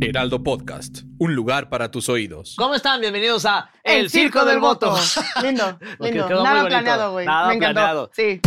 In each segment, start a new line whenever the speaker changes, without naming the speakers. Heraldo Podcast, un lugar para tus oídos.
¿Cómo están? Bienvenidos a El, Circo, del Voto.
lindo,
Lo que
lindo.
quedó muy
Nada
bonito.
planeado, güey.
Nada
Me encantó.
planeado.
Sí.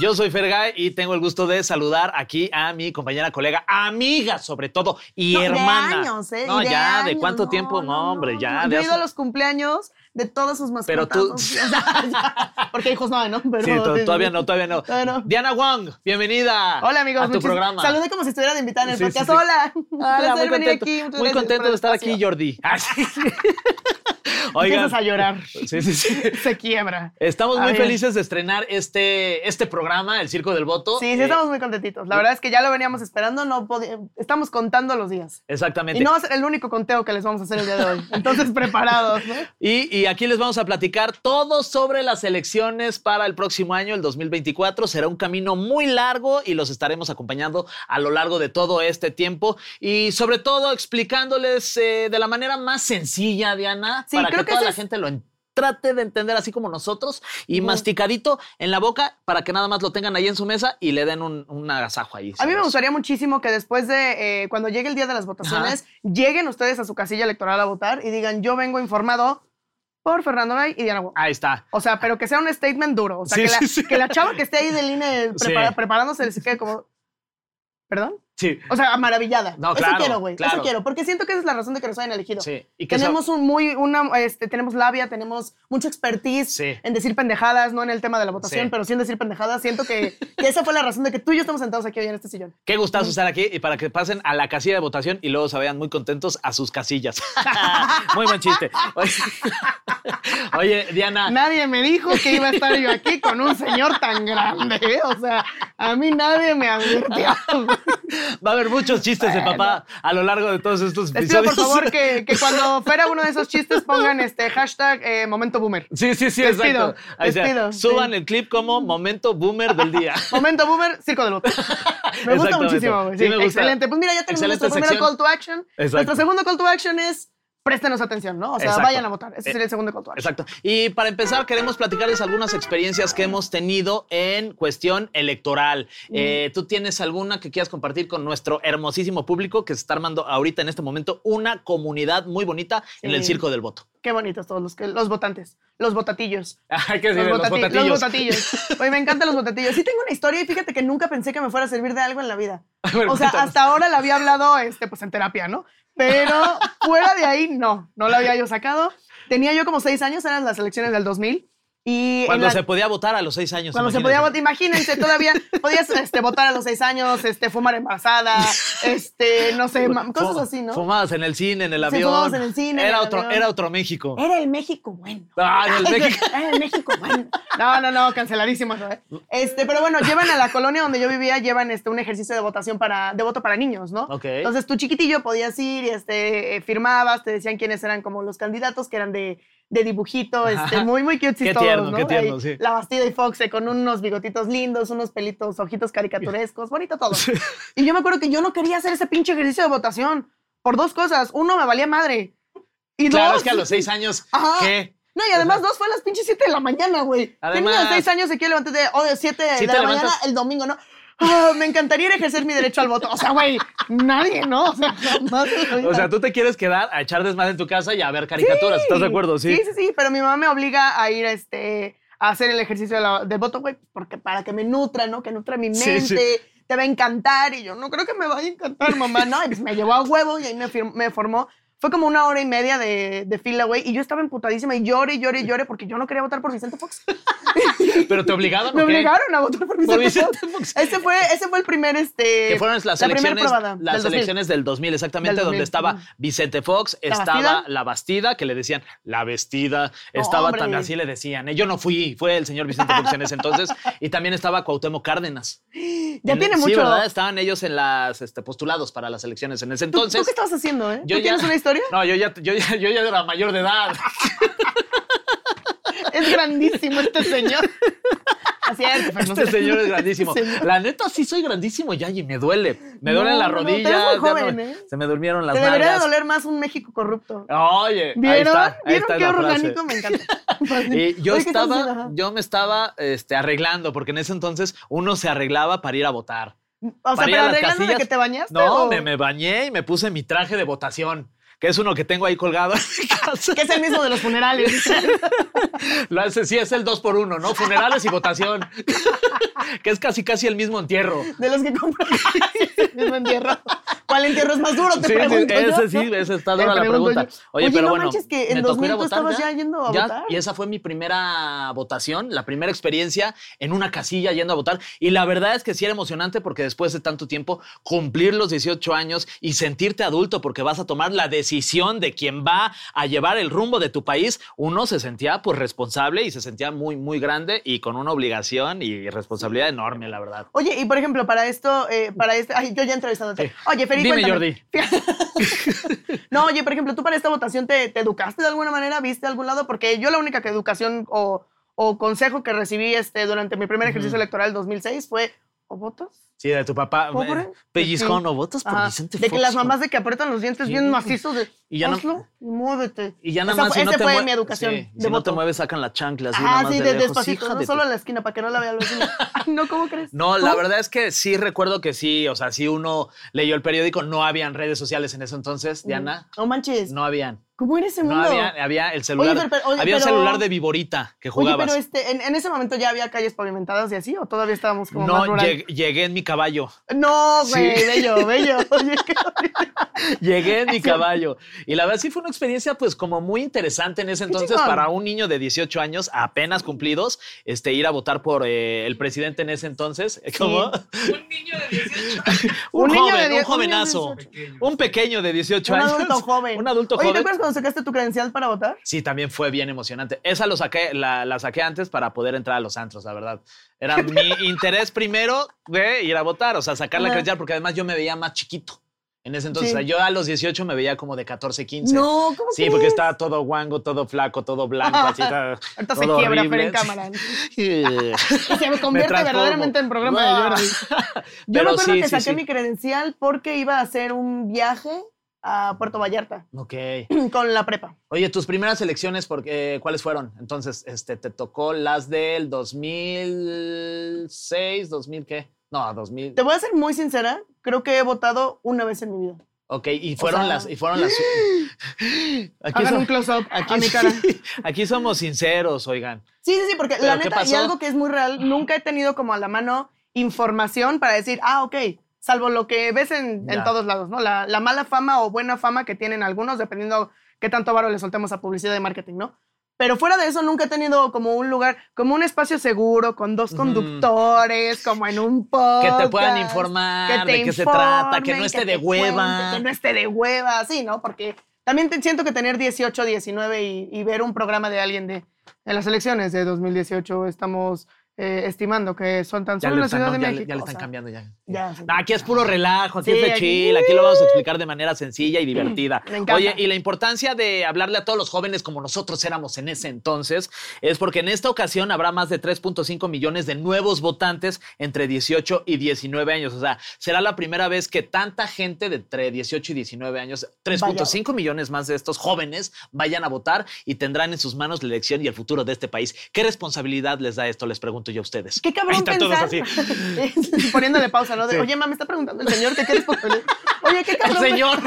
Yo soy Fergay y tengo el gusto de saludar aquí a mi compañera, colega, amiga sobre todo y
No,
hermana.
De años, ¿eh?
No,
Y de
ya, ¿de
años.
cuánto
No,
tiempo? No, hombre, ya.
no.
de
Yo he ido a
hace-
los cumpleaños de todas sus mascotas.
Pero tú-
O sea, ya. porque hijos no hay, ¿no? Pero,
Sí, to- todavía no, todavía no.
Todavía no.
Diana Wang, bienvenida.
Hola, amigos.
A tu
muchis-
programa.
Saludé como si estuviera de invitada en el
Sí, sí,
podcast.
sí.
Hola. Un
Hola,
placer
muy
venir
contento,
aquí. Muchas
muy
gracias
contento
por el
de estar aquí,
espacio.
Jordi. Ah, sí.
Empiezas a llorar.
Sí, sí, sí.
Se quiebra.
Estamos
A
muy
ver.
felices de estrenar este, este programa, El Circo del Voto.
Sí, sí,
Eh,
estamos muy contentitos. La verdad es que ya lo veníamos esperando. No podi- Estamos contando los días.
Eh, Exactamente.
Y no va a ser el único conteo que les vamos a hacer el día de hoy. Entonces, preparados, ¿no?
Y, y aquí les vamos a platicar todo sobre las elecciones para el próximo año, el 2024. Será un camino muy largo y los estaremos acompañando a lo largo de todo este tiempo y sobre todo explicándoles eh, de la manera más sencilla, Diana,
Sí,
para
creo
que
que
toda
ese
la
es-
gente lo en- trate de entender así como nosotros y masticadito en la boca para que nada más lo tengan ahí en su mesa y le den un, un agasajo ahí.
A mí me
sabroso.
gustaría muchísimo que después de eh, cuando llegue el día de las votaciones, lleguen ustedes a su casilla electoral a votar y digan, yo vengo informado por Fernando Gay y Diana Guo".
Ahí está.
O sea, pero que sea un statement duro. O sea,
Sí,
que, la,
sí, sí.
que la chava que esté ahí del INE
Sí.
prepara- preparándose se quede como... ¿Perdón?
Sí.
O sea, maravillada.
No,
eso
claro,
quiero, güey.
claro.
Eso quiero. Porque siento que esa es la razón de que nos hayan elegido.
Sí. Y que
Tenemos un muy, una, este, tenemos labia, tenemos mucha expertise
Sí.
en decir pendejadas, no en el tema de la votación,
Sí.
pero sí en decir pendejadas. Siento que, que esa fue la razón de que tú y yo estamos sentados aquí hoy en este sillón.
Qué gustazo estar aquí y para que pasen a la casilla de votación y luego se vayan muy contentos a sus casillas. muy buen chiste. Oye, oye, Diana,
Nadie me dijo que iba a estar yo aquí con un señor tan grande. ¿eh? O sea, a mí nadie me advirtió.
va a haber muchos chistes de papá a lo largo de todos estos
Les pido,
episodios.
por favor, que, que cuando fuera uno de esos chistes pongan este hashtag eh, momento boomer.
Sí, sí, sí,
Les
exacto.
pido,
Ahí
les
sea,
pido,
suban
sí.
el clip como momento boomer del día.
Momento boomer, circo del voto. Me gusta
Exactamente.
muchísimo. güey.
Sí,
Sí,
me gusta.
Excelente. Pues mira, ya tenemos
Excelente
nuestro primer
sección.
call to action.
Exacto.
Nuestro segundo call to action es préstenos atención, ¿no? O sea,
Exacto. Eh,
vayan a votar. Ese sería el segundo call to action.
Exacto. Y para empezar, queremos platicarles algunas experiencias que hemos tenido en cuestión electoral. Eh, ¿Tú tienes alguna que quieras compartir con nuestro hermosísimo público que se está armando ahorita en este momento una comunidad muy bonita en
Sí. Eh,
el circo del voto?
Qué bonitos todos los, que- los votantes, los votatillos.
Hay que
Los, botati- los botatillos. Oye, me encantan los botatillos. Sí tengo una historia y fíjate que nunca pensé que me fuera a servir de algo en la vida.
ver,
O sea,
cuéntanos.
hasta ahora la había hablado este, pues, en terapia, ¿no? Pero fuera de ahí, no. No la había yo sacado. Tenía yo como seis años, eran las elecciones del 2000. Y en
Cuando
la-
se podía votar a los seis años.
cuando se
imagínate.
podía votar, imagínense, todavía podías este, votar a los seis años, este, fumar embarazada, este, no sé, ma- cosas
Fu-
así, ¿no?
Fumadas en el cine, en el
Sí,
avión.
fumadas en el cine, en
Era
el
otro,
avión. Eh,
era otro México.
Era el México bueno.
Ah, en el México.
Era el México bueno. No, no, no, canceladísimo eso, ¿eh? Este, pero bueno, llevan a la colonia donde yo vivía, llevan este, un ejercicio de votación para, de voto para niños, ¿no?
Ok.
Entonces tú chiquitillo podías ir y este, eh, firmabas, te decían quiénes eran como los candidatos, que eran de, de dibujito, este, muy, muy cute.
Qué tierno, qué tierno, sí.
La Bastida y Fox eh, con unos bigotitos lindos, unos pelitos, ojitos caricaturescos, bonito todo. Y yo me acuerdo que yo no quería hacer ese pinche ejercicio de votación por dos cosas. Uno, me valía madre. Y
Claro,
dos,
es que a los seis años,
Ajá.
¿qué?
no, y además dos fue a las pinches 7 de la mañana, güey. Tenía
Además.
6 años aquí levanté de 7
Sí te
de la
levantas.
mañana el domingo, ¿no? Ah, me encantaría ir a ejercer mi derecho al voto. O sea, güey, nadie, ¿no? O sea, jamás en la vida.
O sea, tú te quieres quedar a echar desmadre en tu casa y a ver caricaturas. ¿Estás de acuerdo?
Sí, sí, sí, pero mi mamá me obliga a ir a este a hacer el ejercicio de la- del voto, güey, porque para que me nutra, ¿no? Que nutra mi
Sí,
mente,
sí.
te va a encantar. Y yo, no creo que me vaya a encantar, mamá. No, y pues me llevó a huevo y ahí me, fir- me formó. Fue como una hora y media de, de fila, güey, y yo estaba emputadísima y lloré, lloré, lloré porque yo no quería votar por Vicente Fox.
Pero te obligaron,
Me
¿o qué?
obligaron a votar por
Por
Vicente,
Vicente
Fox.
Fox.
Ese fue, ese fue el primer, este...
Que fueron las
Eh, la primera
elecciones,
probada
las
del 2000.
elecciones del 2000, exactamente,
Del
donde
2000,
estaba
ujú.
Vicente Fox,
¿La
estaba
Bastida?
La Bastida, que le decían La Vestida,
No,
estaba
hombre.
también, así le decían. ¿eh? Yo no fui, fue el señor Vicente Fox en ese entonces, y también estaba Cuauhtémoc Cárdenas.
Ya
En-
tiene
sí,
mucho...
¿verdad? Estaban ellos en las este, postulados para las elecciones en ese
¿Tú,
entonces.
¿Tú qué estabas haciendo, eh?
Yo
¿Tú
ya-
tienes una historia?
No, yo ya, yo, ya, yo ya era mayor de edad.
Es grandísimo este señor. Así es. Fernando.
Este señor es grandísimo.
Señor.
La neta, sí soy grandísimo ya y me duele. Me
No,
duelen las
no, te ves muy
rodillas. ya
joven,
no-
¿eh?
Se me durmieron las
Te debería de
nalgas.
doler más un México corrupto.
Oye, ahí
¿Vieron?
está, ahí
¿Vieron
está
qué
la frase.
orgánico? Me encanta.
Y yo
Oye, ¿qué estás haciendo?
estaba,
Ajá.
yo me estaba este, arreglando, porque en ese entonces uno se arreglaba para ir a votar.
O sea,
para ir a
pero
las
arreglando de
casillas.
que te bañaste.
No,
o-
me, me bañé y me puse mi traje de votación, que es uno que tengo ahí colgado en mi casa.
Que es el mismo de los funerales.
Lo hace, sí, es el dos por uno, ¿no? Funerales y votación. que es casi, casi el mismo entierro.
De los que compran el mismo entierro. ¿Cuál entierro es más duro? Te
Sí, sí,
pregunto yo,
ese sí,
¿no?
ese está
Te
dura la
pregunto
pregunta.
yo.
Oye, pero
no
bueno,
manches que
me
en
tocó ir
2000
a
tú
votar
estabas
ya.
ya yendo a
Ya,
votar.
Y esa fue mi primera votación, la primera experiencia en una casilla yendo a votar. Y la verdad es que sí era emocionante porque después de tanto tiempo cumplir los 18 años y sentirte adulto porque vas a tomar la decisión de quién va a llevar el rumbo de tu país, uno se sentía pues responsable y se sentía muy, muy grande y con una obligación y responsabilidad enorme, la verdad.
Oye, y por ejemplo, para esto, eh, para este, ay, yo ya entrevistándote.
Sí.
Oye, Feri,
Dime,
cuéntame. no, oye, por ejemplo, tú para esta votación te, te educaste de alguna manera, viste de algún lado, porque yo la única que educación o, o consejo que recibí este, durante mi primer ejercicio electoral del 2006 fue, ¿o votas?
Sí, de tu papá.
Pobre.
eh, Pellizcón,
Sí.
¿o votas por
Ajá,
Vicente
De que
Fox,
las
no?
mamás de que aprietan los dientes
Sí.
bien macizos de,
Y ya no-
hazlo y muévete.
Y ya nada
Esa
más.
fue-
si no
esa
te
fue
mue-
mi educación.
Sí,
de
Si no te
voto.
mueves, sacan la chancla. Así nada
Ah,
más
sí,
de,
de,
lejos,
despacito,
hija
no
de
solo
tu-
a la esquina para que no la vea la vecina. Ay, no, ¿cómo crees?
No, la
¿Tú?
verdad es que sí recuerdo que sí. O sea, si uno leyó el periódico, no habían redes sociales en ese entonces, Diana.
No manches.
No habían.
¿Cómo era ese
No
mundo?
había, eh, había el celular.
pero- pero- oye,
había un
pero-
celular de Viborita que
Oye,
jugabas.
pero este, en, en ese momento ya había calles pavimentadas y así, o todavía estábamos como
no,
más rural.
lleg- llegué en mi caballo.
No, güey,
Sí.
bello, bello. Oye, qué horrible.
Llegué en mi caballo. Y la verdad sí fue una experiencia pues como muy interesante en ese entonces
chingón.
para un niño de 18 años apenas cumplidos, este ir a votar por eh, el presidente en ese entonces. ¿Cómo?
Un niño de 18
Un,
Un niño
joven,
de die-
un jovenazo.
un
Un
niño
pequeño, de 18
un
años.
adulto joven.
Un adulto
Oye, ¿te
joven.
acuerdas cuando sacaste tu credencial para votar?
Sí, también fue bien emocionante. Esa lo saqué, la, la saqué antes para poder entrar a los antros, la verdad. Era mi interés primero de ir a votar, o sea, sacar la
Ajá.
credencial, porque además yo me veía más chiquito. En ese entonces,
Sí.
O sea, yo a los 18 me veía como de 14, 15.
No, ¿cómo
Sí, porque
crees?
estaba todo guango, todo flaco, todo blanco, así. todo-
Ahorita se
todo
quiebra,
horrible.
pero en cámara.
Sí.
Se me
transformo.
convierte verdaderamente en programa de Jordi. Yo
Pero
me acuerdo
sí,
que
sí,
saqué
sí.
mi credencial porque iba a hacer un viaje a Puerto Vallarta
Ok.
con la prepa.
Oye, tus primeras elecciones, por, eh, ¿cuáles fueron? Entonces, este, te tocó las del 2006, 2000 qué? No, 2000.
Te voy a ser muy sincera, creo que he votado una vez en mi vida.
Ok, y fueron
sea-
las, y fueron las. Aquí,
Hagan
so-
un close-up
aquí
a mi
sí-
cara.
aquí somos sinceros, oigan.
Sí, sí, sí, porque
¿Pero
la
qué
neta, y
pasó?
algo que es muy real, nunca he tenido como a la mano información para decir, ah, ok, salvo lo que ves en, en
Ya.
todos lados, ¿no? La, la mala fama o buena fama que tienen algunos, dependiendo qué tanto varo le soltemos a publicidad y marketing, ¿no? Pero fuera de eso, nunca he tenido como un lugar, como un espacio seguro, con dos
Ujú.
conductores, como en un podcast.
que te puedan informar
te
de qué se trata, que
informen,
no esté de
te cuenten,
hueva.
que no esté de hueva, sí, ¿no? Porque también te- siento que tener 18, 19 y, y ver un programa de alguien de en las elecciones de 2018 estamos eh, estimando que son tan
Ya
solo en
le
la
están, no,
Ciudad de
ya le-
México.
ya le
o
están
sea,
cambiando ya.
ya, sí.
No, aquí es puro relajo, aquí
Sí,
es de
aquí-
chill, aquí lo vamos a explicar de manera sencilla y divertida.
Me encanta.
Oye, y la importancia de hablarle a todos los jóvenes como nosotros éramos en ese entonces es porque en esta ocasión habrá más de 3.5 millones de nuevos votantes entre 18 y 19 años. O sea, será la primera vez que tanta gente de entre 18 y 19 años, 3.5 millones más de estos jóvenes vayan a votar y tendrán en sus manos la elección y el futuro de este país. ¿Qué responsabilidad les da esto? Les pregunto yo a ustedes.
Qué cabrón
Ahí están
pensar.
todos así.
Poniéndole pausa, ¿no? De,
Sí.
Oye, mamá, me está preguntando el señor que qué responsabilidad. Oye, qué
El
cabrón.
señor.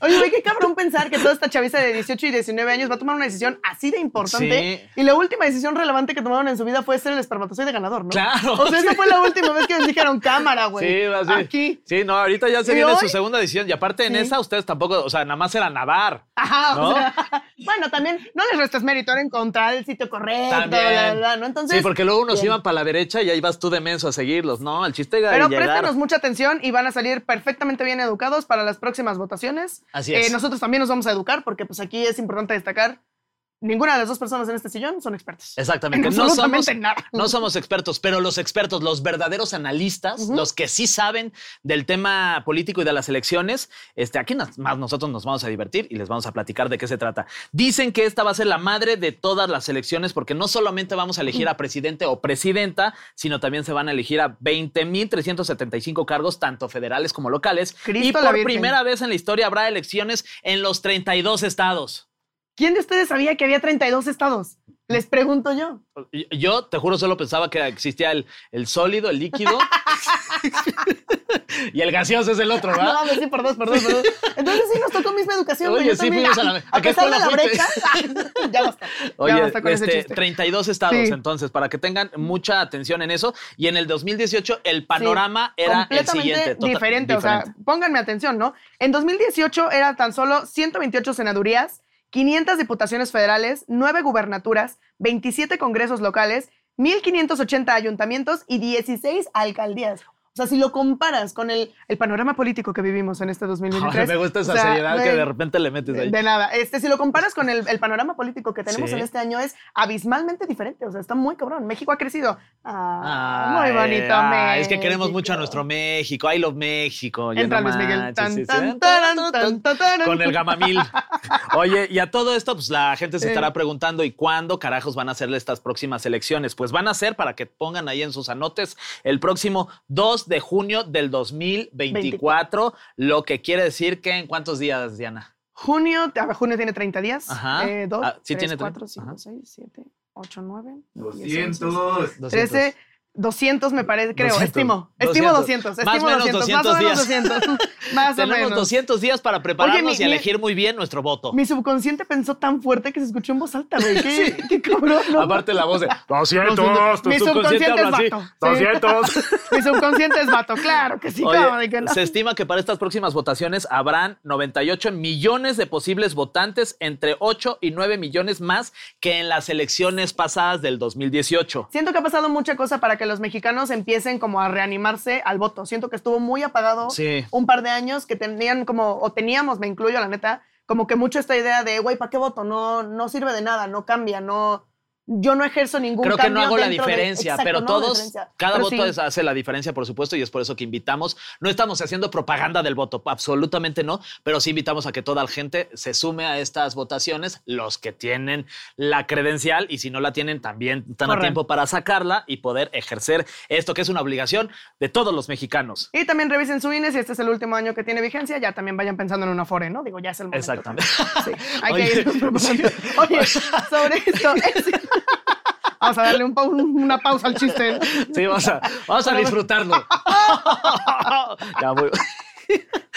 Oye, güey, qué cabrón pensar que toda esta chaviza de 18 y 19 años va a tomar una decisión así de importante. Y la última decisión relevante que tomaron en su vida fue ser el espermatozoide ganador, ¿no?
Claro.
O sea, esa fue la última vez que les dijeron cámara, güey.
Sí, va a ser.
Aquí.
Sí, no, ahorita ya se
¿Y
viene
hoy?
su segunda edición. Y aparte en
Sí.
esa, ustedes tampoco, o sea, nada más era navar.
Ajá, o
¿No?
sea, Bueno, también no les restas mérito en encontrar el sitio correcto,
También.
la verdad, ¿no? Entonces,
sí, porque luego unos
bien.
iban para la derecha y ahí vas tú de menso a seguirlos, ¿no? El chiste era
Pero
llegar.
préstenos mucha atención y van a salir perfectamente bien educados para las próximas votaciones.
Así es.
Eh, nosotros también nos vamos a educar porque pues aquí es importante destacar, ninguna de las dos personas en este sillón son expertos.
Exactamente.
En
No
absolutamente
somos,
nada.
no somos expertos, pero los expertos, los verdaderos analistas, los que sí saben del tema político y de las elecciones, este, aquí nos- más nosotros nos vamos a divertir y les vamos a platicar de qué se trata. Dicen que esta va a ser la madre de todas las elecciones porque no solamente vamos a elegir a presidente o presidenta, sino también se van a elegir a 20.375 cargos, tanto federales como locales. y
Cristo la
por
Virgen.
primera vez en la historia habrá elecciones en los 32 estados.
¿Quién de ustedes sabía que había 32 estados? Les pregunto yo.
Y- Yo, te juro, solo pensaba que existía el, el sólido, el líquido. y el gaseoso es el otro,
Ah, No,
¿verdad?
mames, sí, por dos, por dos, por dos. Entonces sí nos tocó misma educación. güey,
Oye,
yo
sí
también,
fuimos a la- ¿a qué
pesar de la
escuela
brecha. ah, ya basta.
Oye,
ya basta con ese
este,
chiste.
32 estados,
Sí.
entonces, para que tengan mucha atención en eso. Y en el 2018 el panorama era el
completamente
siguiente. total-
diferente, O sea,
diferente.
pónganme atención, ¿no? En 2018 era tan solo 128 senadurías, 500 diputaciones federales, 9 gubernaturas, 27 congresos locales, 1.580 ayuntamientos y 16 alcaldías. O sea, si lo comparas con el, el panorama político que vivimos en este 2023.
Ay, me gusta esa
o sea,
seriedad que
güey,
de repente le metes ahí.
de nada. Este, si lo comparas con el, el panorama político que tenemos
Sí.
en este año, es abismalmente diferente. O sea, está muy cabrón. México ha crecido. Ah,
Ay,
muy bonito,
ay, Es que queremos
México.
mucho a nuestro México. I love México. oye,
Entra
no
Luis Miguel.
manches,
Tan,
sí, sí.
tan, taran, tan, tan, taran.
con el gamamil. Oye, y a todo esto, pues la gente se
Eh.
estará preguntando, ¿y cuándo carajos van a ser estas próximas elecciones? Pues van a ser, para que pongan ahí en sus anotes, el próximo 2 de junio del 2024, lo que quiere decir que en cuántos días, Diana.
Junio, a ver, junio tiene 30 días.
Ajá.
Eh, dos,
Ah, sí
tres,
tiene 30.
cuatro, cinco,
Ajá.
seis, siete, ocho, nueve. diez, once,
200.
200.
Trece. 200 me parece, creo,
200.
estimo. Estimo 200.
200. Más
Estimo
menos
200. Más o
200
menos
días.
200. Más o
Tenemos
menos.
200 días para prepararnos
mi-
y
mi-
elegir muy bien nuestro voto.
Mi subconsciente pensó tan fuerte que se escuchó en voz alta, güey. Qué, qué cabrón. ¿no?
Aparte la voz de 200, tu
Mi
subconsciente
subconsciente es
habla así,
vato. sí.
200.
Mi subconsciente es vato, claro que sí,
Oye,
claro, de que no.
Se estima que para estas próximas votaciones habrán 98 millones de posibles votantes, entre 8 y 9 millones más que en las elecciones pasadas del 2018.
Siento que ha pasado mucha cosa para que los mexicanos empiecen como a reanimarse al voto. Siento que estuvo muy apagado
Sí.
un par de años que tenían como, o teníamos, me incluyo la neta, como que mucho esta idea de, güey, ¿para qué voto? No, no sirve de nada, no cambia, no... Yo no ejerzo ningún
Creo que no
cambio
hago la
dentro de-
diferencia,
Exacto,
pero
no hago
todos,
diferencia.
cada
Pero
voto
sí.
es- hace la diferencia, por supuesto, y es por eso que invitamos. No estamos haciendo propaganda del voto, absolutamente no, pero sí invitamos a que toda la gente se sume a estas votaciones, los que tienen la credencial y si no la tienen, también están a
Correcto.
tiempo para sacarla y poder ejercer esto que es una obligación de todos los mexicanos.
Y también revisen su INE, si este es el último año que tiene vigencia, ya también vayan pensando en una fore, ¿no? Digo, ya es el momento.
Exactamente.
también. Sí, hay
Oye,
que irnos preparando.
sí.
Oye, sobre esto... es- Vamos a darle un pau- una pausa al chiste.
Sí, vamos a, vamos a disfrutarlo. Ya, muy-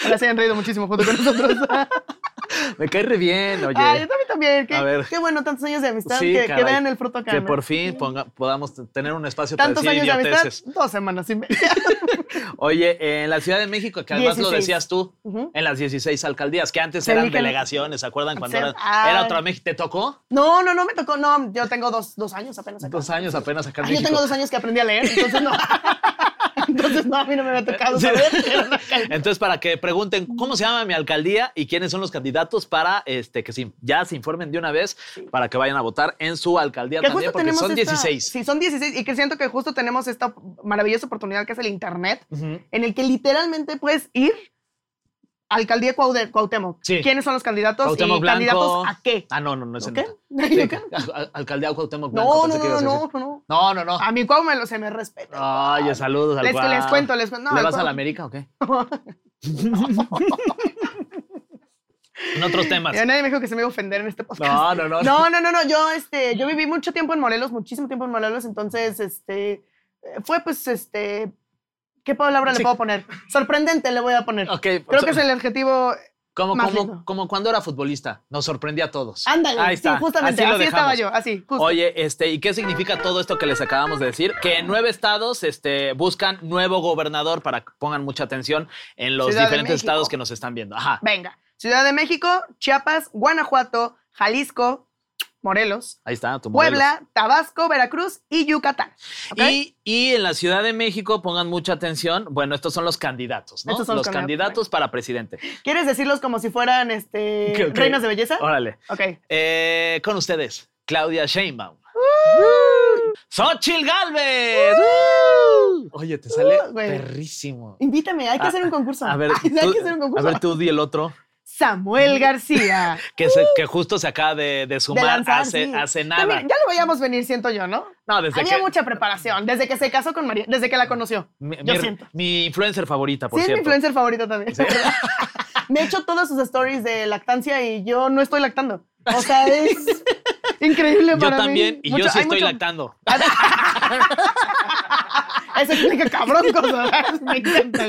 Ahora se han reído muchísimo junto con nosotros.
me cae re bien, oye.
Ah, yo también, también. Qué,
A ver.
qué bueno, tantos años de amistad.
Sí,
que, que
caray.
vean el fruto acá.
Que
¿no?
por fin ponga- podamos t- tener un espacio
Tantos
para
años
decir
de amistad,
idioteces.
dos semanas y media.
Oye, en la Ciudad de México, que además lo
16.
decías tú,
Ujú.
en las 16 alcaldías, que antes
Se
eran
eligen-
delegaciones, ¿se acuerdan? Cuando
Se-
era,
ah.
era otra México. ¿Te tocó?
No, no, no me tocó. No, yo tengo dos, dos años apenas acá.
Dos años apenas acá en
Ah, yo
México.
tengo dos años que aprendí a leer, entonces no. entonces no, a mí no me había tocado
Sí.
saber. que era una calle.
Entonces, para que pregunten cómo se llama mi alcaldía y quiénes son los candidatos para este que se- ya se informen de una vez para que vayan a votar en su alcaldía
Que
también,
justo
porque
tenemos
son
esta-
16.
Sí, son 16 y que siento que justo tenemos esta maravillosa oportunidad que es el internet, en el que literalmente puedes ir a alcaldía Cuaude- Cuauhtémoc.
Sí.
¿Quiénes son los candidatos
Cuauhtémoc
y
Blanco.
candidatos a qué?
Ah, no, no, no es
¿O
en-
qué?
Sí,
¿O qué?
a- a- Alcaldía Cuauhtémoc Blanco.
No, no,
pensé que
no,
ibas a
no,
decir.
no.
No, no, no.
A mi Cuau me lo se me respeta.
Oye, saludos al
Les-
Cuau.
les cuento, les cuento. No,
¿Le
al
vas a
Cuau.
la América o qué? en otros temas.
Ya nadie me dijo que se me iba a ofender en este podcast.
No, no, no.
No, no, no, no. Yo, este, yo viví mucho tiempo en Morelos, muchísimo tiempo en Morelos, entonces, este, eh, fue pues, este, ¿qué palabra
Sí.
le puedo poner? Sorprendente le voy a poner.
Ok,
Creo
so-
que es el adjetivo.
Como,
más
como,
lindo.
como cuando era futbolista, nos sorprendía a todos.
Ándale.
Ahí está.
Sí, justamente.
lo
Así, estaba
dejamos.
yo, así. Justo.
Oye, este, ¿y qué significa todo esto que les acabamos de decir? Que en nueve estados este, buscan nuevo gobernador para que pongan mucha atención en los
Ciudad de
diferentes
México.
estados que nos están viendo. Ajá.
Venga. Ciudad de México, Chiapas, Guanajuato, Jalisco, Morelos,
Ahí está, tu modelo.
Puebla, Tabasco, Veracruz y Yucatán. ¿ok?
Y, y en la Ciudad de México, pongan mucha atención, bueno, estos son los candidatos, ¿no?
Estos son
los
los
candidatos
candidatos,
para presidente.
¿Quieres decirlos como si fueran este,
Ok, ok.
reinas de belleza?
Órale.
Ok.
Eh, con ustedes, Claudia Sheinbaum. ¡Xochil Galvez! Oye, te sale
Uh, güey.
perrísimo.
Invítame, hay que
Ah,
hacer un concurso.
A ver,
hay
tú-
que hacer un
a
concurso.
ver, tú di el otro,
Samuel García.
que, se- que justo se acaba de, de
de
sumar
lanzar,
hace,
sí.
hace nada.
También, ya lo veíamos venir, siento yo, ¿no?
no, desde
Había
que,
mucha preparación, desde que se casó con María, desde que la conoció.
mi,
yo
mi-
siento.
mi influencer favorita, por
sí, es mi
cierto.
influencer favorita también. Me he hecho todas sus stories de lactancia y yo no estoy lactando. O sea, es increíble
yo
para mí.
también, y
Mucho-
yo sí
hay
estoy
mucho-
lactando.
Eso explica cabrón cosas. Me encanta.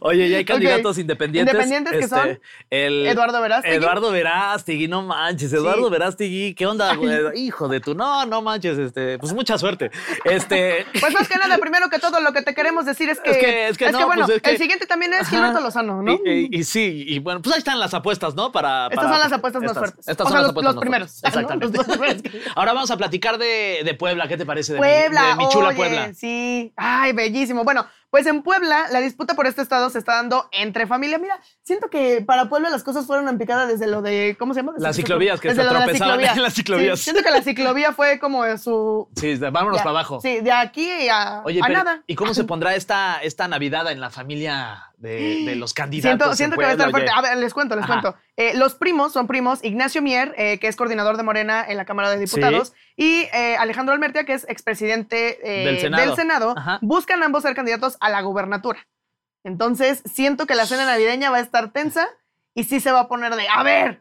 Oye, y hay
Ok.
candidatos independientes. Este,
Independientes que son
el-
Eduardo Verástegui.
Eduardo Verástegui, no manches. Eduardo Verástegui, ¿qué onda, güey? Hijo de tu. No, no manches. Este, pues mucha suerte. Este.
Pues más que nada, primero que todo, lo que te queremos decir es que.
Es que- es que no,
bueno,
pues es que-
el siguiente también es
Ajá.
Gilberto Lozano, ¿no?
Y, y- y sí, y bueno, pues ahí están las apuestas, ¿no? Para,
Estas
para- pues
son las apuestas más
estas-
fuertes.
Estas
O
son
sea,
las
los-
apuestas
los
más
primeros.
fuertes.
Ah, ¿no? Los
Exactamente. Ahora vamos a platicar de, de Puebla. ¿Qué te parece de mi-
Puebla,
de mi, chula
oye,
Puebla?
Sí, ay, bellísimo. Bueno, pues en Puebla la disputa por este estado se está dando entre familia. Mira, siento que para Puebla las cosas fueron en picada desde lo de, ¿cómo se llama? Desde
Las
que-
ciclovías, que se
lo de
tropezaban
ciclovía.
en las ciclovías.
Sí, siento que la ciclovía fue como su...
Sí, vámonos
ya,
para abajo.
Sí, de aquí a,
Oye,
a
pero,
nada.
¿y cómo se pondrá esta, esta Navidad en la familia de, de los candidatos?
Siento,
en
siento que va a estar
Puebla,
fuerte.
oye?
A ver, les cuento, les
Ajá.
cuento. Eh, los primos son primos Ignacio Mier, eh, que es coordinador de Morena en la Cámara de Diputados, y eh, Alejandro Almertia, que es expresidente eh,
Del Senado.
Senado,
Ajá.
buscan ambos ser candidatos a la gubernatura. Entonces, siento que la cena navideña va a estar tensa y sí se va a poner de, a ver,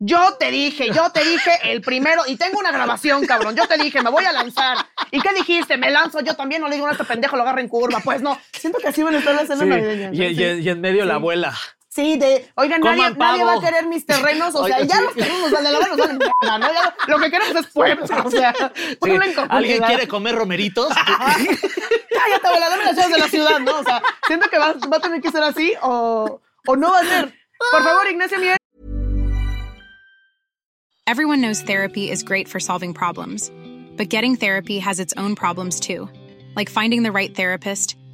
yo te dije, yo te dije el primero, y tengo una grabación, cabrón, yo te dije, me voy a lanzar. ¿Y qué dijiste? ¿Me lanzo yo también? No le digo a este pendejo, lo agarra en curva. Pues no, siento que así van a estar las cenas
Sí,
navideñas.
Y,
¿no?
y-
Sí.
y en medio la
Sí.
abuela.
Sí, de, oigan,
Coman
nadie, nadie va a
pavo.
querer mis terrenos, o sea,
Oigan,
ya
sí.
los terrenos, de la verdad, nos valen mierda, ¿no? Ya lo, lo que queremos es pueblo, o sea, pueblo en
Sí. ¿Alguien
comunidad.
quiere comer romeritos?
Ah, Cállate, abuela, dame las llaves de la ciudad, ¿no? O sea, siento que va, va a tener que ser así o, o no va a ser. Por favor, Ignacio Mier,
Everyone knows therapy is great for solving problems, but getting therapy has its own problems too, like finding the right therapist,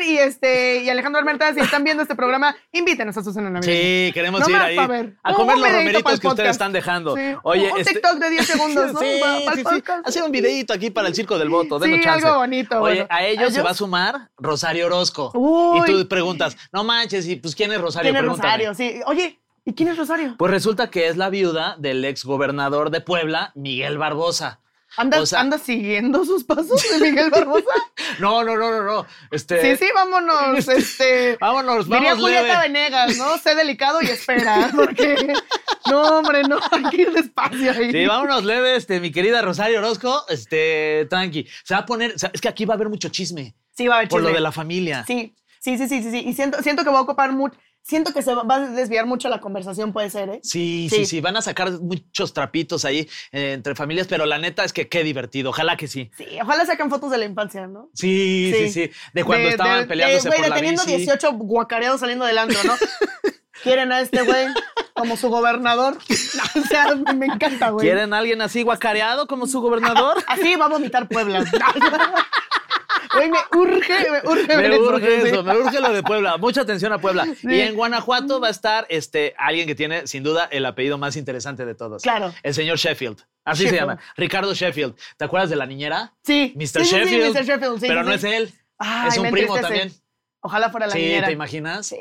y, este, y Alejandro Armenta, si están viendo este programa, invítenos a su cena navideña.
Sí, queremos
No
ir
más
ahí
pa' ver.
a
Un-
comer
un
los
videíto pa'l
romeritos que ustedes
podcast.
están dejando.
Sí.
Oye, este
Un- un TikTok de 10 segundos, ¿no?
sí,
Pa- pa'l
sí, sí.
podcast.
Hacer un videíto aquí para el circo del voto,
Sí,
denos chance.
algo bonito,
Oye,
bueno.
a ellos se
Ellos-
va a sumar Rosario Orozco.
Uy.
Y tú preguntas, no manches, y pues quién es Rosario?
¿Quién es
Pregúntame.
Rosario? Sí. Oye, ¿y quién es Rosario?
Pues resulta que es la viuda del ex gobernador de Puebla, Miguel Barbosa.
¿Andas,
o sea-
¿Andas siguiendo sus pasos de Miguel Barbosa?
No, no, no, no, no. Este,
Sí, sí, vámonos, este...
Vámonos,
Diría
vamos
Julieta
leve.
Venegas, ¿no? Sé delicado y espera, porque... No, hombre, no, hay que ir despacio ahí.
Sí, vámonos leve, este, mi querida Rosario Orozco, este, tranqui. Se va a poner, o sea, es que aquí va a haber mucho chisme
Sí, va a haber
por lo
chisme.
de la familia.
Sí, sí, sí, sí, sí, sí. Y siento, siento que va a ocupar mucho... Siento que se va va a desviar mucho la conversación, puede ser, ¿eh?
Sí, sí, sí,
Sí.
van a sacar muchos trapitos ahí eh, entre familias, pero la neta es que qué divertido, ojalá que sí.
Sí, ojalá saquen fotos de la infancia, ¿no?
Sí, sí, sí, de cuando
De-
estaban
de-
peleándose
de, güey,
por la
de teniendo
bici.
18 guacareados saliendo del antro, ¿no? Quieren a este güey como su gobernador. O sea, me, me encanta, güey.
¿Quieren a alguien así guacareado como su gobernador?
Así va a vomitar Puebla. Güey, me urge, me urge ver
Me
eso,
urge
sí.
eso, me urge lo de Puebla. Mucha atención a Puebla. Y
Sí.
en Guanajuato va a estar este, alguien que tiene, sin duda, el apellido más interesante de todos.
Claro.
El señor Sheffield. Así se
Sheffield.
llama. Ricardo Sheffield. ¿Te acuerdas de la niñera?
Sí.
Mr.
Sí, sí, sí,
Sheffield.
Mr. Sheffield, sí,
pero
sí,
no
sí.
es él.
Ay,
es un
me
primo
entristece.
también.
Ojalá fuera la
sí,
niñera.
¿te imaginas?
Sí.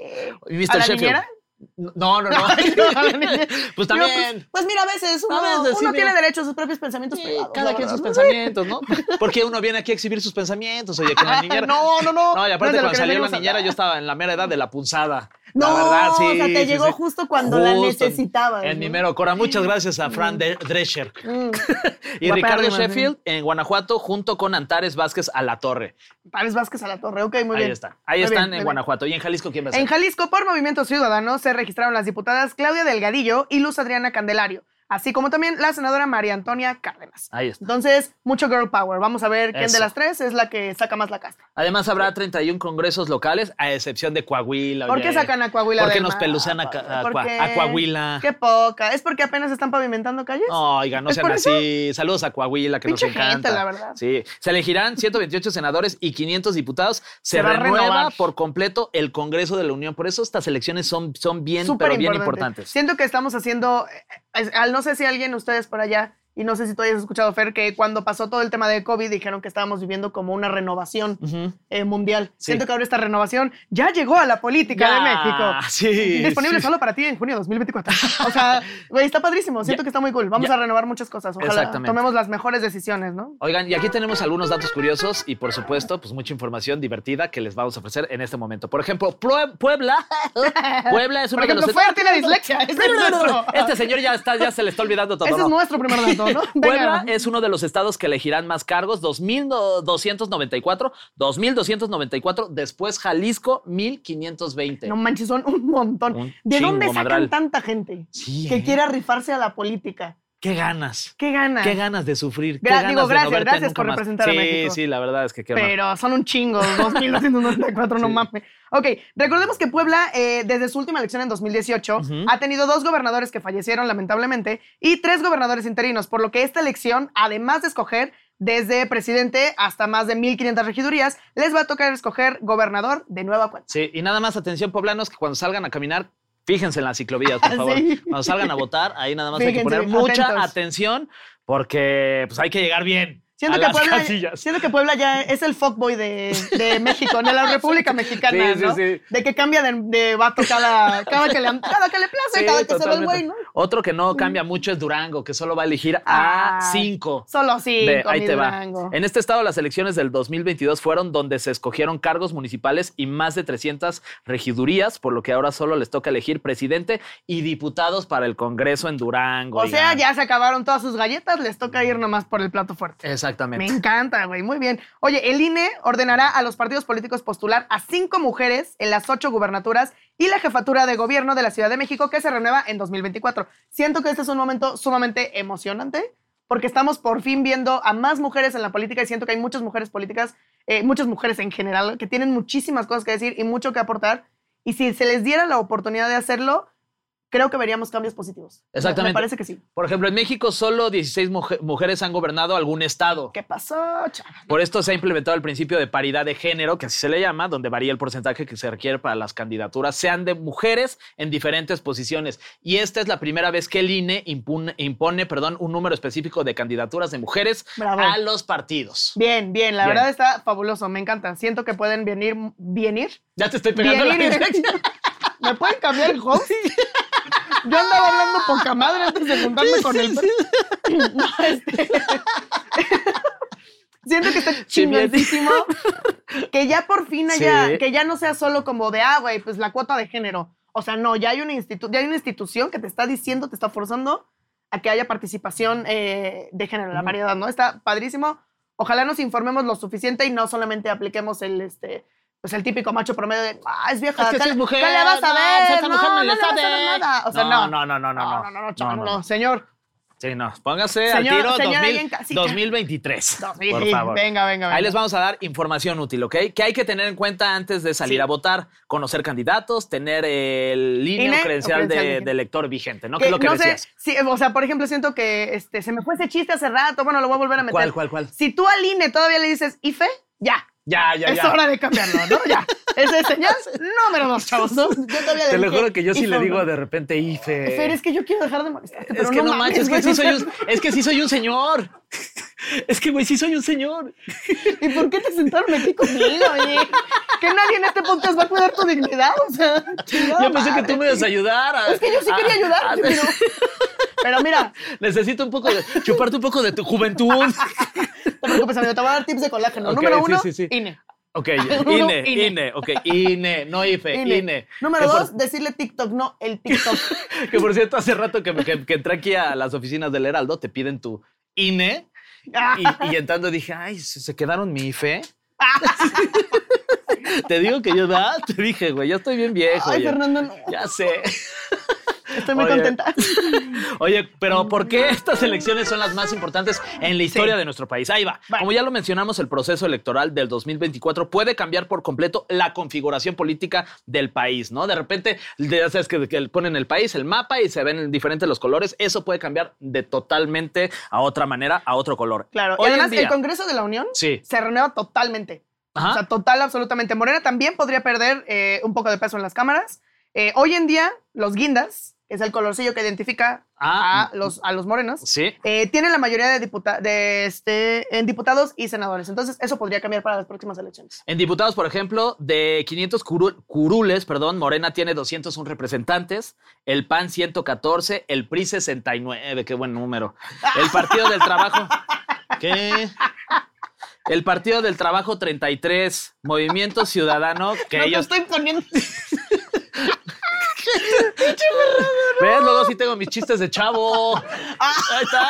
Y Mr.
¿A la
Sheffield.
niñera?
No, no, no.
Ay, no, a la niñera.
pues
No,
también.
pues, pues mira, a veces uno,
veces sí, mira.
uno tiene derecho a sus propios pensamientos
Sí,
privados,
cada
la
quien sus
verdad.
pensamientos, ¿no? Porque uno viene aquí a exhibir sus pensamientos, oye, con la niñera.
pues. No, no, no.
No, y aparte
No es de lo
cuando
que
salió la
venimos a
niñera
hablar.
yo estaba en la mera edad de la punzada.
No,
la verdad, sí.
o sea, te
sí,
llegó
sí.
justo cuando la
Justo en-
necesitabas,
En mi
¿no? Mm.
mero cora. Muchas gracias a Fran De- Drescher. y
Guapérrima,
Ricardo
sí.
Sheffield en Guanajuato junto con Antares Vázquez a la torre.
Párez Vázquez a la torre. Ok, muy
ahí
bien.
están. Ahí
Muy bien,
están
muy
en
bien.
Guanajuato. ¿Y en Jalisco quién va a ser?
En Jalisco, por Movimiento Ciudadano, se registraron las diputadas Claudia Delgadillo y Luz Adriana Candelario, así como también la senadora María Antonia Cárdenas.
Ahí está.
Entonces, mucho girl power. Vamos a ver quién
Eso.
de las tres es la que saca más la casta.
Además, habrá 31 congresos locales, a excepción de Coahuila.
¿Por
oye.
qué sacan a Coahuila
¿Por qué
del
nos
mapa?
pelucean a, Ca- a
¿Por
Cua-
qué?
a Coahuila?
Qué poca. ¿Es porque apenas están pavimentando calles?
Oiga, no
¿Es
sean
por eso?
así. Saludos a Coahuila, que
Pinche
nos
gente,
encanta.
la verdad.
Sí. Se elegirán 128 senadores y 500 diputados. Se,
Se va a
renueva
renovar.
por completo el Congreso de la Unión. Por eso estas elecciones son, son bien,
Súper
pero bien
importante.
importantes.
Siento que estamos haciendo, eh, eh, al- no sé si alguien de ustedes por allá, y no sé si tú hayas escuchado, Fer, que cuando pasó todo el tema de COVID dijeron que estábamos viviendo como una renovación
Ujú.
eh, mundial.
Sí.
Siento que ahora esta renovación ya llegó a la política de
Ya,
México.
Sí.
Disponible
sí.
solo para ti en junio de 2024. O sea, güey, está padrísimo. Siento
Ya.
que está muy cool. Vamos
Ya.
a renovar muchas cosas. Ojalá
Exactamente.
tomemos las mejores decisiones, ¿no?
Oigan, y aquí tenemos algunos datos curiosos y, por supuesto, pues mucha información divertida que les vamos a ofrecer en este momento. Por ejemplo, Prue- Puebla. Puebla es uno
Por
de los...
ejemplo, Fer tiene dislexia. Este es nuestro.
Este señor ya está, ya se le está olvidando todo.
Ese
¿no?
es nuestro primer dato, ¿no? Venga.
Puebla es uno de los estados que elegirán más cargos, 2.294, 2.294, después Jalisco, 1.520.
No manches, son un montón.
este. Un
¿De
chingo,
dónde sacan
madral.
tanta gente
Sí,
que
¿eh?
quiera rifarse a la política?
¿Qué ganas?
¿Qué ganas?
¿Qué ganas de sufrir? ¿Qué
Ah. Gra-
ganas
digo,
de
gracias,
no verte
gracias
nunca
por
más?
representar a
sí,
México.
Sí, la verdad es que qué horror.
Pero son un chingo, 2.294, no mames. Ok, recordemos que Puebla, eh, desde su última elección en 2018,
Ujú.
ha tenido dos gobernadores que fallecieron lamentablemente y tres gobernadores interinos, por lo que esta elección, además de escoger desde presidente hasta más de 1.500 regidurías, les va a tocar escoger gobernador de nueva cuenta.
Sí, y nada más atención, poblanos, que cuando salgan a caminar, fíjense en las ciclovías, por favor.
Sí.
Cuando salgan a votar, ahí nada más hay que
Fíjense,
poner mucha
atentos.
atención porque pues hay que llegar bien.
Siento
a
que,
las
Puebla,
casillas.
siento que Puebla ya es el fuckboy de, de México, de la República Mexicana,
Sí, sí,
¿no?
sí.
De que cambia de, de vato cada, cada, que le, cada que le place,
Sí,
cada que se ve el
totalmente.
güey, ¿no?
Otro que no cambia mucho es Durango, que solo va a elegir a
Ah,
cinco.
Solo cinco,
Ve, ahí
mi
te
Durango.
va. En este estado las elecciones del 2022 fueron donde se escogieron cargos municipales y más de 300 regidurías, por lo que ahora solo les toca elegir presidente y diputados para el Congreso en Durango.
O sea,
oigan.
ya se acabaron todas sus galletas, les toca ir nomás por el plato fuerte. Me
Exactamente.
encanta, güey, muy bien. Oye, el INE ordenará a los partidos políticos postular a cinco mujeres en las ocho gubernaturas y la jefatura de gobierno de la Ciudad de México que se renueva en 2024. Siento que este es un momento sumamente emocionante porque estamos por fin viendo a más mujeres en la política y siento que hay muchas mujeres políticas, eh, muchas mujeres en general, que tienen muchísimas cosas que decir y mucho que aportar. Y si se les diera la oportunidad de hacerlo, creo que veríamos cambios positivos. Me-
Exactamente.
Me parece que sí.
Por ejemplo, en México solo 16 muje- mujeres han gobernado algún estado.
¿Qué pasó, chaval?
Por esto se ha implementado el principio de paridad de género, que así se le llama, donde varía el porcentaje que se requiere para las candidaturas, sean de mujeres en diferentes posiciones. Y esta es la primera vez que el INE impune- impone perdón, un número específico de candidaturas de mujeres
Bravo.
a los partidos.
Bien, bien, la
Bien.
verdad está fabuloso, me encanta. Siento que pueden venir, venir,
Ya te estoy pegando la
venir. ¿Me pueden cambiar el host? Yo andaba hablando poca madre antes de juntarme con el. No, este- Siento que está
Sí, bien.
chingoncísimo. Que ya por fin haya,
Sí.
que ya no sea solo como de, ah, güey, pues la cuota de género. O sea, no, ya hay una, institu ya hay una institución que te está diciendo, te está forzando a que haya participación eh, de género, la variedad, ¿no? Está padrísimo. Ojalá nos informemos lo suficiente y no solamente apliquemos el, este, pues el típico macho promedio de, ah, es vieja,
Es que
¿qué
si
le-
es mujer,
¿qué le vas a
no,
ver?
si esa mujer no le
vas a
sabe.
ver nada. O sea,
No,
no.
no, no, no, no, no.
No, no, no,
No,
chaval,
no.
no. señor.
Sí, no, póngase
Señor-
al tiro
señora
2000
ahí en casita.
2023.
Sí,
por favor.
Venga, venga, venga.
Ahí les vamos a dar información útil, ¿ok? Que hay que tener en cuenta antes de salir
Sí.
a votar, conocer candidatos, tener el INE,
INE
o
o
credencial, de-
credencial
de,
vigente.
elector vigente, ¿no?
Que
Que es lo que
no
decías.
sé, sí, o sea, por ejemplo, siento que este, se me fue ese chiste hace rato, bueno, lo voy a volver a meter.
¿Cuál, cuál, cuál?
Si tú al INE todavía le dices IFE, ya,
Ya, ya,
es
ya.
hora de cambiarlo, ¿no? Ya. Ese es señal número dos, chavos, ¿no? Yo todavía le
Te lo
dije
juro que yo sí
IFE
le digo
uno.
de repente IFE.
Fer, es que yo quiero dejar de molestarte, pero
Es que no, manches, es que,
güey,
sí
o
soy
sea,
un, es que sí soy un señor. Es que, güey, sí soy un señor.
¿Y por qué te sentaron aquí conmigo, oye? Que nadie en este podcast va a cuidar tu dignidad, o sea, chingada
yo pensé que
madre.
tú me ibas a ayudar. a-
Es que yo sí quería
a-
ayudarte,
a-
pero... Pero mira,
Necesito un poco de... Chuparte un poco de tu juventud.
no te preocupes, amigo, te voy a dar tips de colágeno.
Ok,
Número
sí,
uno, E.
sí, sí.
INE.
Ok,
Uno,
INE,
INE.
INE, ok, INE, no IFE, INE.
Número
Que por-
dos, decirle TikTok, no el TikTok.
que por cierto, hace rato que, me- que, que entré aquí a las oficinas del Heraldo, te piden tu INE.
Ah.
Y, y entrando dije, ay, se, se quedaron mi IFE. te digo que yo, ¿verdad? Te dije, güey, ya estoy bien viejo.
Ay,
oye.
Fernando, no.
Ya sé.
estoy muy
Oye.
contenta.
Oye, pero ¿por qué estas elecciones son las más importantes en la historia de nuestro país? Ahí va.
Va.
Como ya lo mencionamos, el proceso electoral del 2024 puede cambiar por completo la configuración política del país, ¿no? De repente, de- ya sabes que, que ponen el país, el mapa y se ven diferentes los colores. Eso puede cambiar de totalmente a otra manera, a otro color.
Claro.
Hoy
y además,
en día, Ah.
el Congreso de la Unión
Sí.
se renueva totalmente.
Ajá.
O sea, total, absolutamente. Morena también podría perder eh, un poco de peso en las cámaras. Eh, hoy en día, los guindas, que es el colorcillo que identifica
Ah,
a, los, a los morenos,
Sí.
eh, tienen la mayoría de, diputa- de este, en diputados y senadores. Entonces, eso podría cambiar para las próximas elecciones.
En diputados, por ejemplo, de 500 curul- curules, perdón, Morena tiene 201 representantes, el PAN 114, el PRI 69, qué buen número. El Partido del Trabajo, ¿qué? El Partido del Trabajo 33, Movimiento Ciudadano, que
no te
ellos...
estoy poniendo.
¿Ves? Luego sí tengo mis chistes de chavo. Ahí está.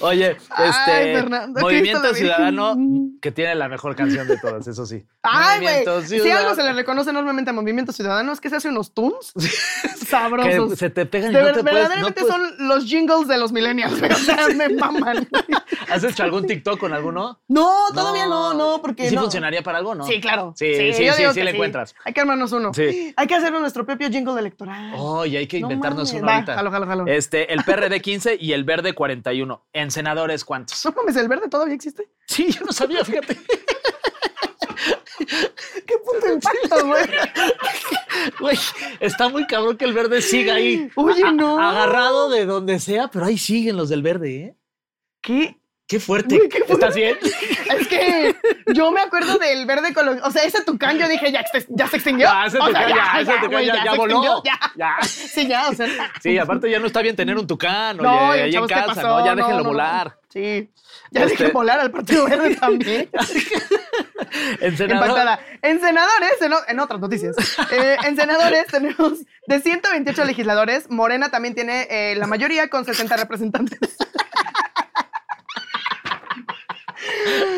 Oye, este
Ay, Fernando, ¿qué hizo la
Movimiento
Virgen?
Ciudadano mm, que tiene la mejor canción de todas, eso sí.
Ay, güey.
Movimiento
Si algo se le
Ciudadano.
reconoce enormemente a Movimiento Ciudadano es que se hace unos tunes
Que
sabrosos.
se te pegan y
De
no
ver-
te puedes- no
verdaderamente
puedes-
son los jingles de los millennials. O sea, me maman.
¿Has hecho algún TikTok con alguno?
No, todavía no, no, porque.
¿Y si
no.
funcionaría para algo, no?
Sí, claro.
Sí, sí, sí,
yo
sí,
digo que
le encuentras.
Hay que armarnos uno.
Sí.
Hay que hacernos nuestro propio jingle electoral.
Oye, hay que
No
inventarnos
mames.
uno
Va,
ahorita.
jalo, jalo, jalo.
Este, el PRD 15 y el Verde 41. En senadores, ¿cuántos?
No mames, el verde todavía existe.
Sí, yo no sabía, fíjate.
Qué puto impacto, güey.
Güey, está muy cabrón que el verde siga ahí.
Oye,
A- a-
no.
Agarrado de donde sea, pero ahí siguen los del verde, ¿eh?
¿Qué?
Qué fuerte.
Güey, qué
¿Estás bien?
Es que yo me acuerdo del verde con los- O sea, ese tucán yo dije, ya, ex- ya se extinguió.
Ya, se
O
te
sea,
cae, ya, se te cae,
güey,
ya, ya
se
voló.
extinguió, ya. Sí, ya, o sea.
Sí, aparte ya no está bien tener un tucán, oye, ahí en
chavos, ¿qué
casa,
pasó?
¿no? Ya déjenlo
no, no.
volar.
Sí. Ya
Este-
dejen volar al partido verde también.
En senador-
Impactada. En senadores, en, o- en otras noticias, eh, en senadores tenemos de 128 legisladores, Morena también tiene eh, la mayoría con 60 representantes.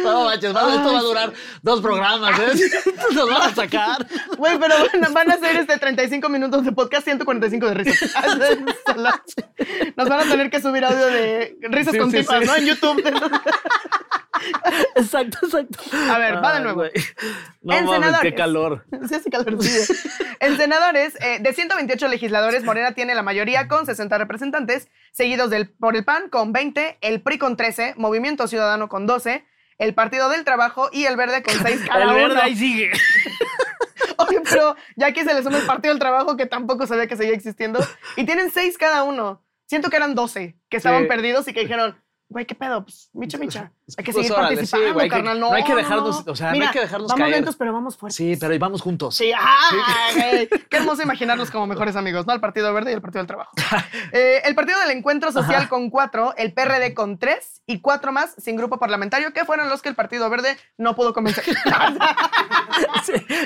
No manches, va- esto va a durar dos programas, ¿eh? Nos van a sacar.
Güey, pero bueno, van a ser este 35 minutos de podcast, 145 de risas. Nos van a tener que subir audio de risas
Sí, sí,
continuas,
sí.
¿no? En YouTube.
Exacto, exacto.
A ver, va de nuevo.
No
En
mames, qué
senadores.
calor.
Sí, hace calorcillo. en senadores, eh, de 128 legisladores, Morena tiene la mayoría con 60 representantes, seguidos del, por el PAN con 20, el PRI con 13, Movimiento Ciudadano con 12, el Partido del Trabajo y el Verde con 6 cada
el verde
uno.
ahí sigue.
Oye, pero ya que se le suma el Partido del Trabajo, que tampoco sabía que seguía existiendo, y tienen 6 cada uno. Siento que eran 12 que estaban
Sí.
perdidos y que dijeron, güey, ¿qué pedo? Pues, micha, micha. Hay que
Pues,
seguir
órale, sí,
participando,
güey, hay que-
carnal.
no
No,
hay que dejarnos- o sea, no hay
Mira,
que dejarnos
Vamos
caer.
lentos, pero vamos fuertes.
Sí, pero ahí vamos juntos.
Pues Sí, ¡ah! güey! Qué hermoso imaginarlos como mejores amigos, ¿no? El Partido Verde y el Partido del Trabajo. Eh, el Partido del Encuentro Social con cuatro, el PRD con tres y cuatro más sin grupo parlamentario, que fueron los que el Partido Verde no pudo convencer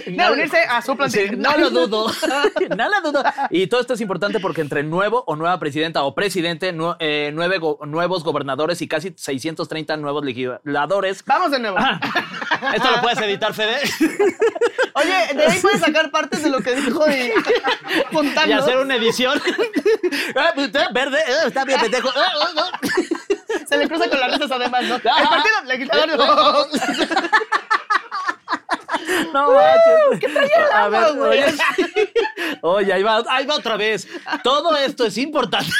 de unirse a su plantilla.
Sí, no lo dudo. no lo dudo. Y todo esto es importante porque entre nuevo o nueva presidenta o presidente, nue- eh, nueve go- nuevos gobernadores y casi 630 nuevos legisladores.
Vamos de nuevo.
Esto lo puedes editar, Fede,
Oye, de ahí puedes sacar partes de lo que dijo y
y
juntarlos.
hacer una edición. Ah, pues, eh, Verde, eh, está bien, pendejo. Ah, ah, ah.
Se le cruza con las letras además, ¿no? El Partido Legislativo.
No manches. A ver,
agua, güey?
oye, oye, ahí va, ahí va otra vez. Todo esto es importante.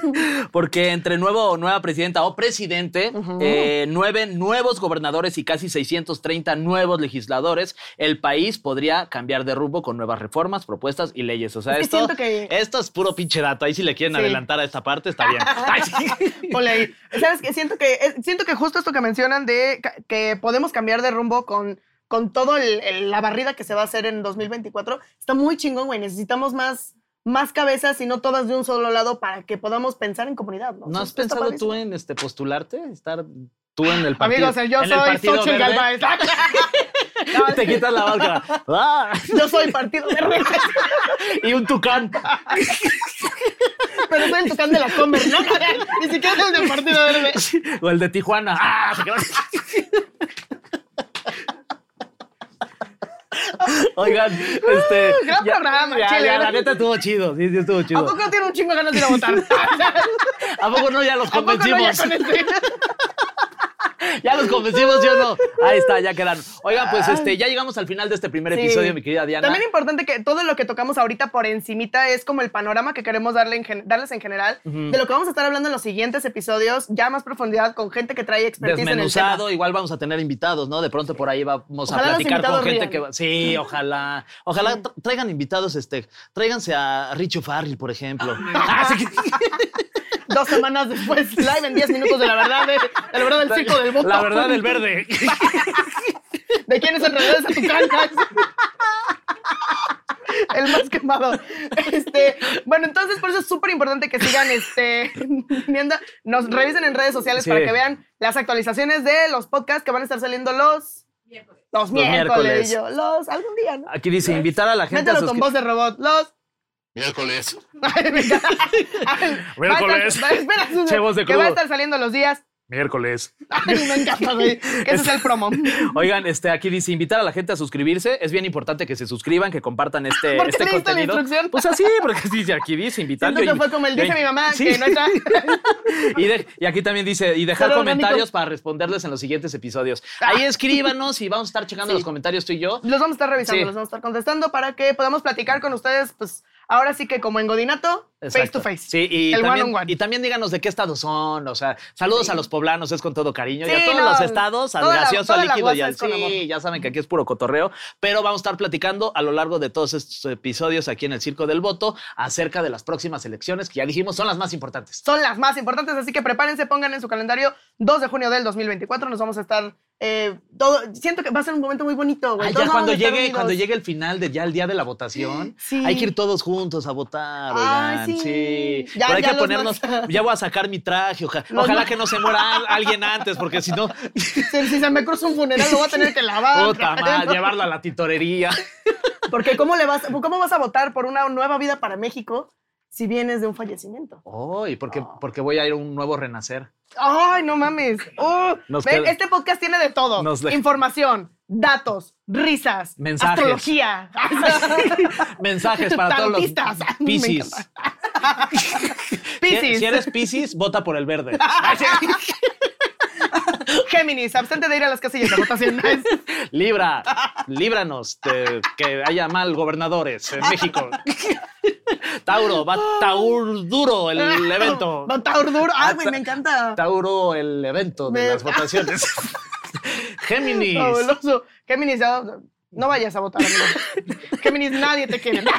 Porque entre nuevo o nueva presidenta o presidente, eh, nueve nuevos gobernadores y casi 630 nuevos legisladores, el país podría cambiar de rumbo con nuevas reformas, propuestas y leyes. O sea,
Es que
Eh, esto,
siento que-
esto es puro pinche dato. Ahí si le quieren
Sí.
adelantar a esta parte, está bien. Ay, sí.
Ponle ahí. ¿Sabes qué? Siento que, eh, siento que justo esto que mencionan de ca- que podemos cambiar de rumbo con, con todo el- el- la barrida que se va a hacer en 2024 está muy chingón, güey. Necesitamos más, más cabezas y no todas de un solo lado para que podamos pensar en comunidad, ¿no?
¿No has
Está
pensado tú
padrísimo.
en este postularte? Estar Tú en el partido.
Amigos, yo
en el
soy
partido
Xochitl
verde,
Galvez.
y Te quitas la máscara. Ah,
Yo soy partido verde,
y un tucán.
pero soy el tucán de la Comer, ¿no? Ni siquiera soy del partido verde.
O el de Tijuana. Ah, se quedó- Oigan, este.
Uh, Gran programa,
ya,
chile.
ya, la neta estuvo chido. Sí, sí, estuvo
¿A
chido.
poco no tiene un chingo de ganas de ir a votar? ¿A
¿A poco no ya los
poco no
convencimos?
ya con este?
Ya los convencimos, yo no. Ahí está, ya quedan. Oigan, pues este, ya llegamos al final de este primer episodio,
Sí.
mi querida Diana.
También importante que todo lo que tocamos ahorita por encimita es como el panorama que queremos darle en gen- darles en general de lo que vamos a estar hablando en los siguientes episodios, ya más profundidad con gente que trae expertise en el tema.
Desmenuzado, igual vamos a tener invitados, ¿no? De pronto por ahí vamos
Ojalá
a
los
platicar con
invitados
gente
rían.
que va- Sí, ojalá. Ojalá tra- traigan invitados, este. Tráiganse a Richo Farrell, por
Ah,
ejemplo. Así que-
Dos semanas después, live en 10 minutos de la verdad, de, de la verdad del circo del voto.
La verdad del verde.
¿De quién es alrededor de tu cara? El más quemado. Este, bueno, entonces por eso es súper importante que sigan este, viendo, nos revisen en redes sociales
Sí.
para que vean las actualizaciones de los podcasts que van a estar saliendo los, los miércoles.
miércoles.
y yo, los, algún día, ¿no?
Aquí dice invitar a la gente a
Mételo Pues, con
suscri-
voz de robot. Los.
Miércoles.
Miércoles.
Che, voz de
que
crudo.
va a estar saliendo los días.
Miércoles.
Ay, me encanta, güey. Que ese es el promo.
Oigan, este, aquí dice invitar a la gente a suscribirse. Es bien importante que se suscriban, que compartan este,
¿Por qué
este
leíste la
contenido.
instrucción?
Pues así, porque dice aquí dice invitar.
Siento
yo
que
invi-
fue como el
yo
dice
in-
mi mamá,
Sí.
que no está.
y, de- y aquí también dice, y dejar
Pero orgánico.
comentarios para responderles en los siguientes episodios.
Ah.
Ahí escríbanos y vamos a estar checando los comentarios tú y yo.
Los vamos a estar revisando,
Sí.
los vamos a estar contestando para que podamos platicar con ustedes, pues ahora sí que como en Godinato, face
Exacto.
to face.
Sí, y,
el
también,
one on one.
y también díganos de qué estados son. O sea, saludos a los poblanos, es con todo cariño. y a
Sí,
todos
no,
los estados, al
toda la-
gaseoso, al
toda la
líquido y
guasa
al.
es con amor.
Sí, ya saben que aquí es puro cotorreo. Pero vamos a estar platicando a lo largo de todos estos episodios aquí en el Circo del Voto acerca de las próximas elecciones que ya dijimos son las más importantes.
Son las más importantes, así que prepárense, pongan en su calendario 2 de junio del 2024. Nos vamos a estar eh, todo. Siento que va a ser un momento muy bonito, güey.
Ay,
Todos
ya cuando
vamos a estar
llegue,
unidos.
cuando llegue el final de ya el día de la votación,
Sí.
hay que ir todos juntos a votar,
Ay,
oigan.
sí.
sí.
Ya-
Pero hay
ya
que
los
ponernos,
más-
ya voy a sacar mi traje, oja-
Los
ojalá
más-
que no se muera al- alguien antes, porque si no,
Si, si se me cruza un funeral, lo voy a tener que lavar.
puta madre,
¿no?
llevarlo a la titorería.
Porque ¿cómo, le vas, ¿cómo vas a votar por una nueva vida para México si vienes de un fallecimiento?
Ay, porque, porque voy a ir a un nuevo renacer.
Ay, no mames. Oh,
Nos
ven,
queda-
este podcast tiene de todo.
Nos de-
Información, datos, risas,
Mensajes.
astrología.
Mensajes para
Tarotistas.
todos
Me
los Piscis. Si,
Piscis,
si eres Piscis, vota por el verde.
Géminis, abstente de ir a las casillas de votación.
Libra, líbranos de que haya mal gobernadores en México. Tauro, va Taur duro el evento.
Votar duro. Ay, güey,
Ah,
me encanta.
Tauro el evento de
Me-
las votaciones. Géminis.
Fabuloso. Géminis, ya- no vayas a votar, amigo. Géminis, nadie te quiere.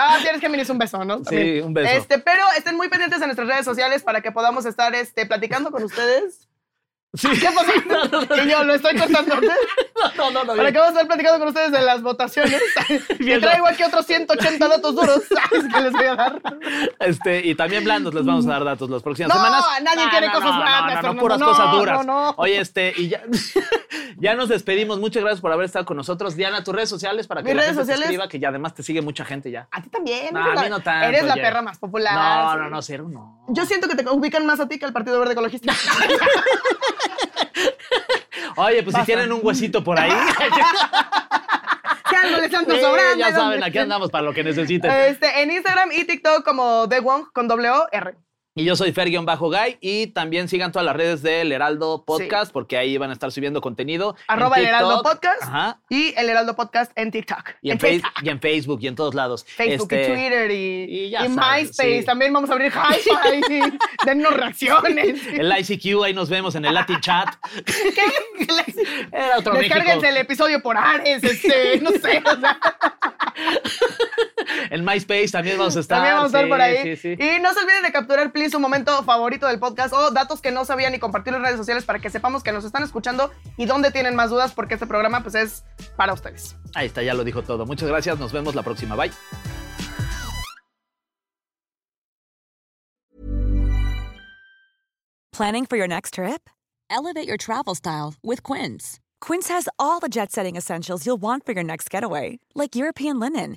Ah, si eres Géminis, un beso, ¿no? También.
un beso.
Este, pero estén muy pendientes en nuestras redes sociales para que podamos estar este, platicando con ustedes.
Sí.
¿Qué pasó? Que yo lo estoy contando.
No, no, no.
Para que vamos a estar platicando con ustedes de las votaciones. Y traigo aquí otros 180 datos duros ¿sabes? que les voy a dar.
Este, y también blandos les vamos a dar datos las próximas
No,
semanas.
nadie quiere cosas blandas,
No, no,
Fernando,
puras
no,
cosas duras.
no, no.
Oye, este, y ya, ya nos despedimos. Muchas gracias por haber estado con nosotros. Diana, tus redes sociales para que
Mis
la
redes
gente te
sociales.
escriba, que ya además te sigue mucha gente ya.
A ti también.
No,
eres
a
la,
mí no tanto,
eres la
oye.
perra más popular.
No,
sí.
no, no, cero, no.
Yo siento que te ubican más a ti que al Partido Verde Ecologista.
Oye, pues si tienen un huesito por ahí,
Si algo les ando
eh,
sobrando.
ya
¿dónde
saben, aquí
estén?
andamos para lo que necesiten.
Este, en Instagram y TikTok como The Wong con doble O R.
Y yo soy Fer-Guy y también sigan todas las redes del Heraldo Podcast porque ahí van a estar subiendo contenido. en
Arroba el
TikTok.
Heraldo Podcast
Ajá.
y el Heraldo Podcast en TikTok.
Y en, Face-
Facebook.
y en Facebook y en todos lados.
Facebook
Este,
y Twitter y,
y ya
y
saben,
MySpace.
sí.
También vamos a abrir Hi-Fi. Dennos reacciones.
El ICQ, ahí nos vemos en el Latin Chat.
¿Qué?
Era otro
Descárguense
México.
el episodio por Ares, este, no sé. o sea,
En MySpace también vamos a estar.
también vamos a estar
sí,
por
sí,
ahí.
sí.
Y no se olviden de capturar, please, su momento favorito del podcast o datos que no sabían y compartir en redes sociales para que sepamos que nos están escuchando y dónde tienen más dudas, porque este programa pues es para ustedes.
Ahí está, ya lo dijo todo. Muchas gracias. Nos vemos la próxima. Bye.
Planning for your next trip? Elevate your travel style with Quince. Quince has all the jet setting essentials you'll want for your next getaway, like European linen,